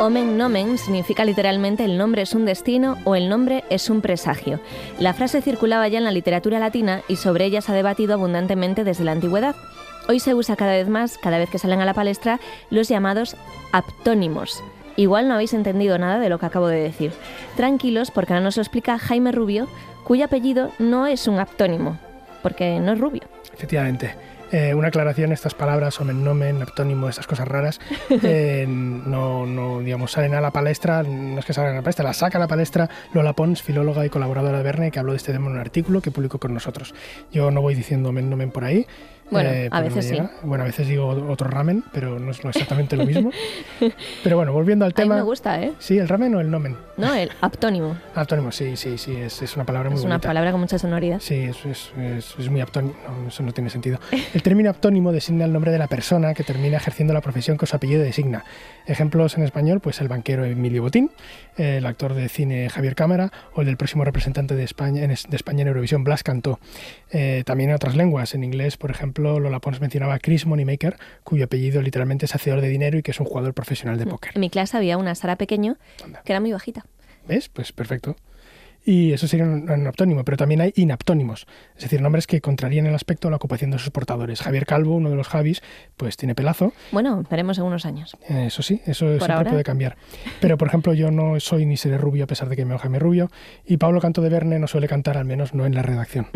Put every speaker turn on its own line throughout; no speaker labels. Omen nomen significa literalmente el nombre es un destino o el nombre es un presagio. La frase circulaba ya en la literatura latina y sobre ella se ha debatido abundantemente desde la antigüedad. Hoy se usa cada vez más, cada vez que salen a la palestra, los llamados aptónimos. Igual no habéis entendido nada de lo que acabo de decir. Tranquilos, porque ahora nos lo explica Jaime Rubio, cuyo apellido no es un aptónimo, porque no es rubio.
Efectivamente. Eh, una aclaración, estas palabras, omen, nomen, aptónimo, estas cosas raras, eh, no, no, digamos, salen a la palestra, no es que salgan a la palestra, la saca a la palestra Lola Pons, filóloga y colaboradora de Verne, que habló de este tema en un artículo que publicó con nosotros. Yo no voy diciendo omen, nomen por ahí.
Bueno, a
Eh, pero me
veces sí.
llega. Bueno, a veces digo otro ramen, pero no es no exactamente lo mismo. Pero bueno, volviendo al
A mí
tema...
me gusta, ¿eh?
¿Sí, el ramen o el nomen?
No, el aptónimo.
Aptónimo, sí, sí, sí, es, es una palabra muy
Es una
bonita.
palabra con mucha sonoridad.
Sí, es, es- es- es muy aptónimo. No, eso no tiene sentido. El término aptónimo designa el nombre de la persona que termina ejerciendo la profesión que su apellido designa. Ejemplos en español, pues el banquero Emilio Botín, eh, el actor de cine Javier Cámara o el del próximo representante de España en, es- de España en Eurovisión, Blas Cantó. Eh, también en otras lenguas. En inglés, por ejemplo, Lola Pons mencionaba a Chris Moneymaker, cuyo apellido literalmente es hacedor de dinero y que es un jugador profesional de póker.
Mm. En mi clase había una Sara pequeño
Anda.
que era muy bajita.
¿Ves? Pues perfecto. Y eso sería un, un aptónimo, pero también hay inaptónimos, es decir, nombres que contrarían el aspecto a la ocupación de sus portadores. Javier Calvo, uno de los Javis, pues tiene pelazo,
Bueno, veremos en unos años.
eh, eso sí, eso siempre
ahora.
puede cambiar. Pero, por ejemplo, yo no soy ni seré rubio a pesar de que me ojame rubio, y Pablo Canto de Verne no suele cantar, al menos no en la redacción.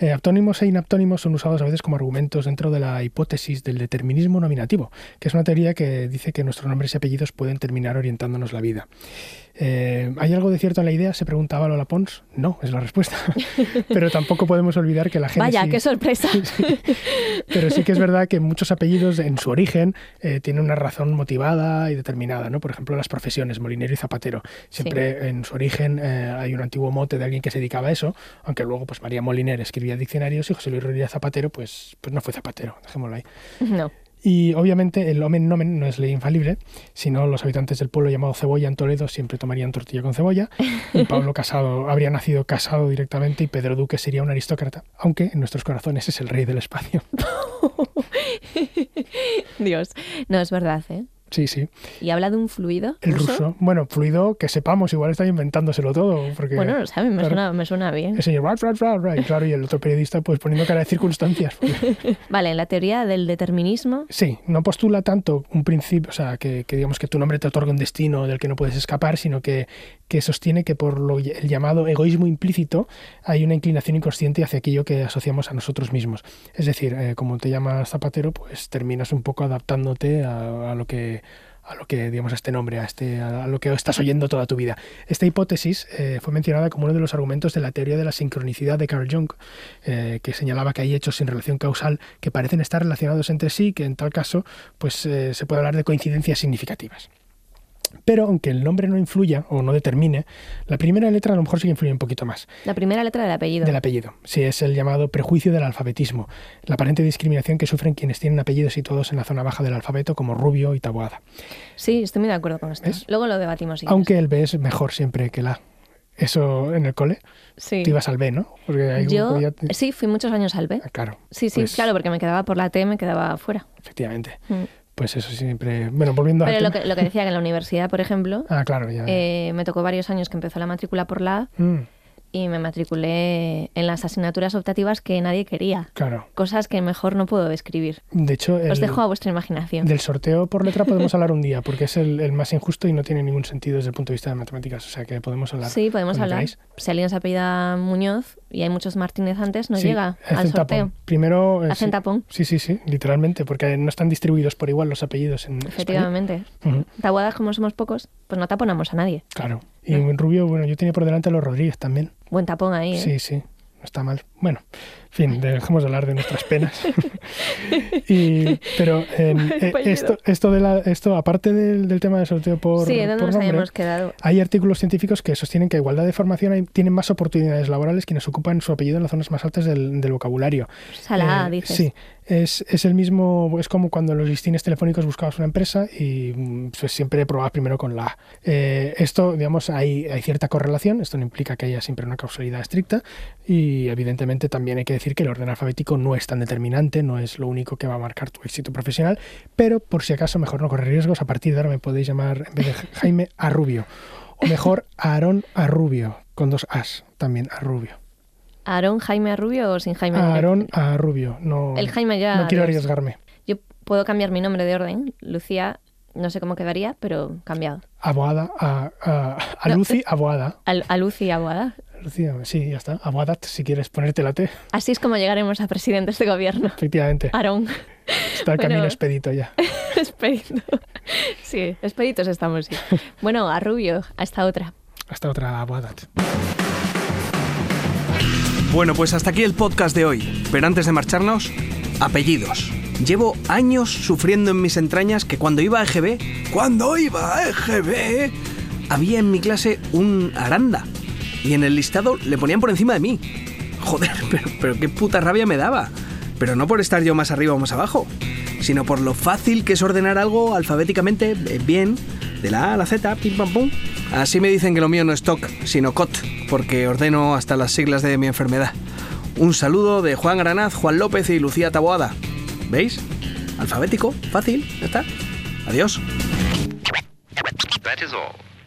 Eh, aptónimos e inaptónimos son usados a veces como argumentos dentro de la hipótesis del determinismo nominativo, que es una teoría que dice que nuestros nombres y apellidos pueden terminar orientándonos la vida. Eh, ¿Hay algo de cierto en la idea? Se preguntaba Lola Pons. No, es la respuesta. Pero tampoco podemos olvidar que la gente.
Vaya, qué sorpresa.
Pero sí que es verdad que muchos apellidos en su origen eh, tienen una razón motivada y determinada, ¿no? Por ejemplo, las profesiones, molinero y zapatero. Siempre en su origen eh, hay un antiguo mote de alguien que se dedicaba a eso, aunque luego pues María Moliner escribía diccionarios y José Luis Rodríguez Zapatero pues, pues no fue zapatero, dejémoslo ahí.
No.
Y obviamente el omen nomen no es ley infalible, sino los habitantes del pueblo llamado Cebolla en Toledo siempre tomarían tortilla con cebolla, y Pablo Casado habría nacido casado directamente y Pedro Duque sería un aristócrata, aunque en nuestros corazones es el rey del espacio.
Dios. No, es verdad, ¿eh?
Sí, sí.
Y habla de un fluido.
El ruso. bueno, fluido que sepamos, igual está inventándoselo todo, porque
Bueno, lo saben, me,
Claro.
suena, me suena bien.
el señor "Rat, rat, rat, rat", y claro, y el otro periodista pues poniendo cara de circunstancias. porque-
Vale, en la teoría del determinismo,
sí, no postula tanto un principio, o sea, que, que digamos que tu nombre te otorga un destino del que no puedes escapar, sino que, que sostiene que por lo, el llamado egoísmo implícito hay una inclinación inconsciente hacia aquello que asociamos a nosotros mismos. Es decir, eh, como te llamas zapatero, pues terminas un poco adaptándote a, a lo que a lo que digamos a este nombre, a este a lo que estás oyendo toda tu vida. Esta hipótesis eh, fue mencionada como uno de los argumentos de la teoría de la sincronicidad de Carl Jung, eh, que señalaba que hay hechos sin relación causal que parecen estar relacionados entre sí, que en tal caso pues eh, se puede hablar de coincidencias significativas. Pero aunque el nombre no influya o no determine, la primera letra a lo mejor sí que influye un poquito más.
la primera letra del apellido.
Del apellido. Sí, es el llamado prejuicio del alfabetismo, la aparente discriminación que sufren quienes tienen apellidos situados en la zona baja del alfabeto como Rubio y Taboada.
Sí, estoy muy de acuerdo con esto.
¿Ves?
Luego lo debatimos. si
Aunque el B es mejor siempre que el A. Eso en el cole,
quieres. sí.
tú ibas al B, ¿no? Porque ahí
Yo
podía-
sí, fui muchos años al B.
Ah, Claro.
Sí, sí,
pues,
claro, porque me quedaba por la T, me quedaba fuera.
Efectivamente.
Mm.
Pues eso siempre... Bueno, volviendo
Pero
al
lo
tema-
que, lo que decía que en la universidad, por ejemplo,
Ah, claro, ya.
eh, me tocó varios años que empezó la matrícula por la A
Mm,
y me matriculé en las asignaturas optativas que nadie quería.
claro.
Cosas que mejor no puedo describir.
De hecho, el,
Os dejo a vuestra imaginación.
del sorteo por letra podemos hablar un día, porque es el, el más injusto y no tiene ningún sentido desde el punto de vista de matemáticas. O sea que podemos hablar.
Sí, podemos
cuando
hablar.
queráis.
Si alguien se apellida Muñoz y hay muchos Martínez antes, no
Sí,
llega al
hacen
sorteo.
tapón. Primero. eh,
Hacen
sí.
tapón.
Sí, sí, sí, literalmente, porque no están distribuidos por igual los apellidos en. España.
Efectivamente.
Ujú,
Tabuadas, como somos pocos, pues no taponamos a nadie.
claro. Y en Rubio, bueno, yo tenía por delante a los Rodríguez también.
Buen tapón ahí, ¿eh?
Sí, sí, no está mal. Bueno, fin, dejemos de hablar de nuestras penas. y, pero eh, eh, esto, esto, de la, esto, aparte del, del tema del sorteo por,
Sí, ¿dónde
por
nos
nombre,
habíamos quedado?
hay artículos científicos que sostienen que a igualdad de formación hay- tienen más oportunidades laborales quienes ocupan su apellido en las zonas más altas del, del vocabulario.
Sala
Eh,
A, dices.
Sí, es, es el mismo, es como cuando en los listines telefónicos buscabas una empresa y mm, pues, siempre probabas primero con la A. Eh, esto, digamos, hay, hay cierta correlación, esto no implica que haya siempre una causalidad estricta y evidentemente también hay que decir que el orden alfabético no es tan determinante, no es lo único que va a marcar tu éxito profesional, pero por si acaso mejor no correr riesgos, a partir de ahora me podéis llamar en vez de Jaime a Rubio o mejor Aarón a Rubio, con dos As también, a Rubio.
¿Aarón Jaime a Rubio o sin Jaime?
Aarón a Rubio, no,
El Jaime ya,
no quiero
adiós.
arriesgarme.
Yo puedo cambiar mi nombre de orden. Lucía, no sé cómo quedaría, pero cambiado.
Aboada a, a, a
No,
Lucy Aboada.
Al- a Lucía Boada.
Lucía, sí, ya está. Aboadat, si quieres ponerte la T.
Así es como llegaremos a presidentes de gobierno.
Efectivamente.
Aarón,
Está el
Ah, bueno.
camino expedito ya.
expedito. Sí, expeditos estamos, sí. Bueno, a Rubio, a esta otra.
Hasta otra Aboadat.
Bueno, pues hasta aquí el podcast de hoy. Pero antes de marcharnos, apellidos. Llevo años sufriendo en mis entrañas que cuando iba a EGB, cuando iba a EGB, había en mi clase un Aranda. Y en el listado le ponían por encima de mí. Joder, pero, pero qué puta rabia me daba. Pero no por estar yo más arriba o más abajo, sino por lo fácil que es ordenar algo alfabéticamente eh, bien, de la A a la Z, pim pam pum. Así me dicen que lo mío no es TOC, sino COT, porque ordeno hasta las siglas de mi enfermedad. Un saludo de Juan Granaz, Juan López y Lucía Taboada. ¿Veis? Alfabético, fácil, ya está. Adiós.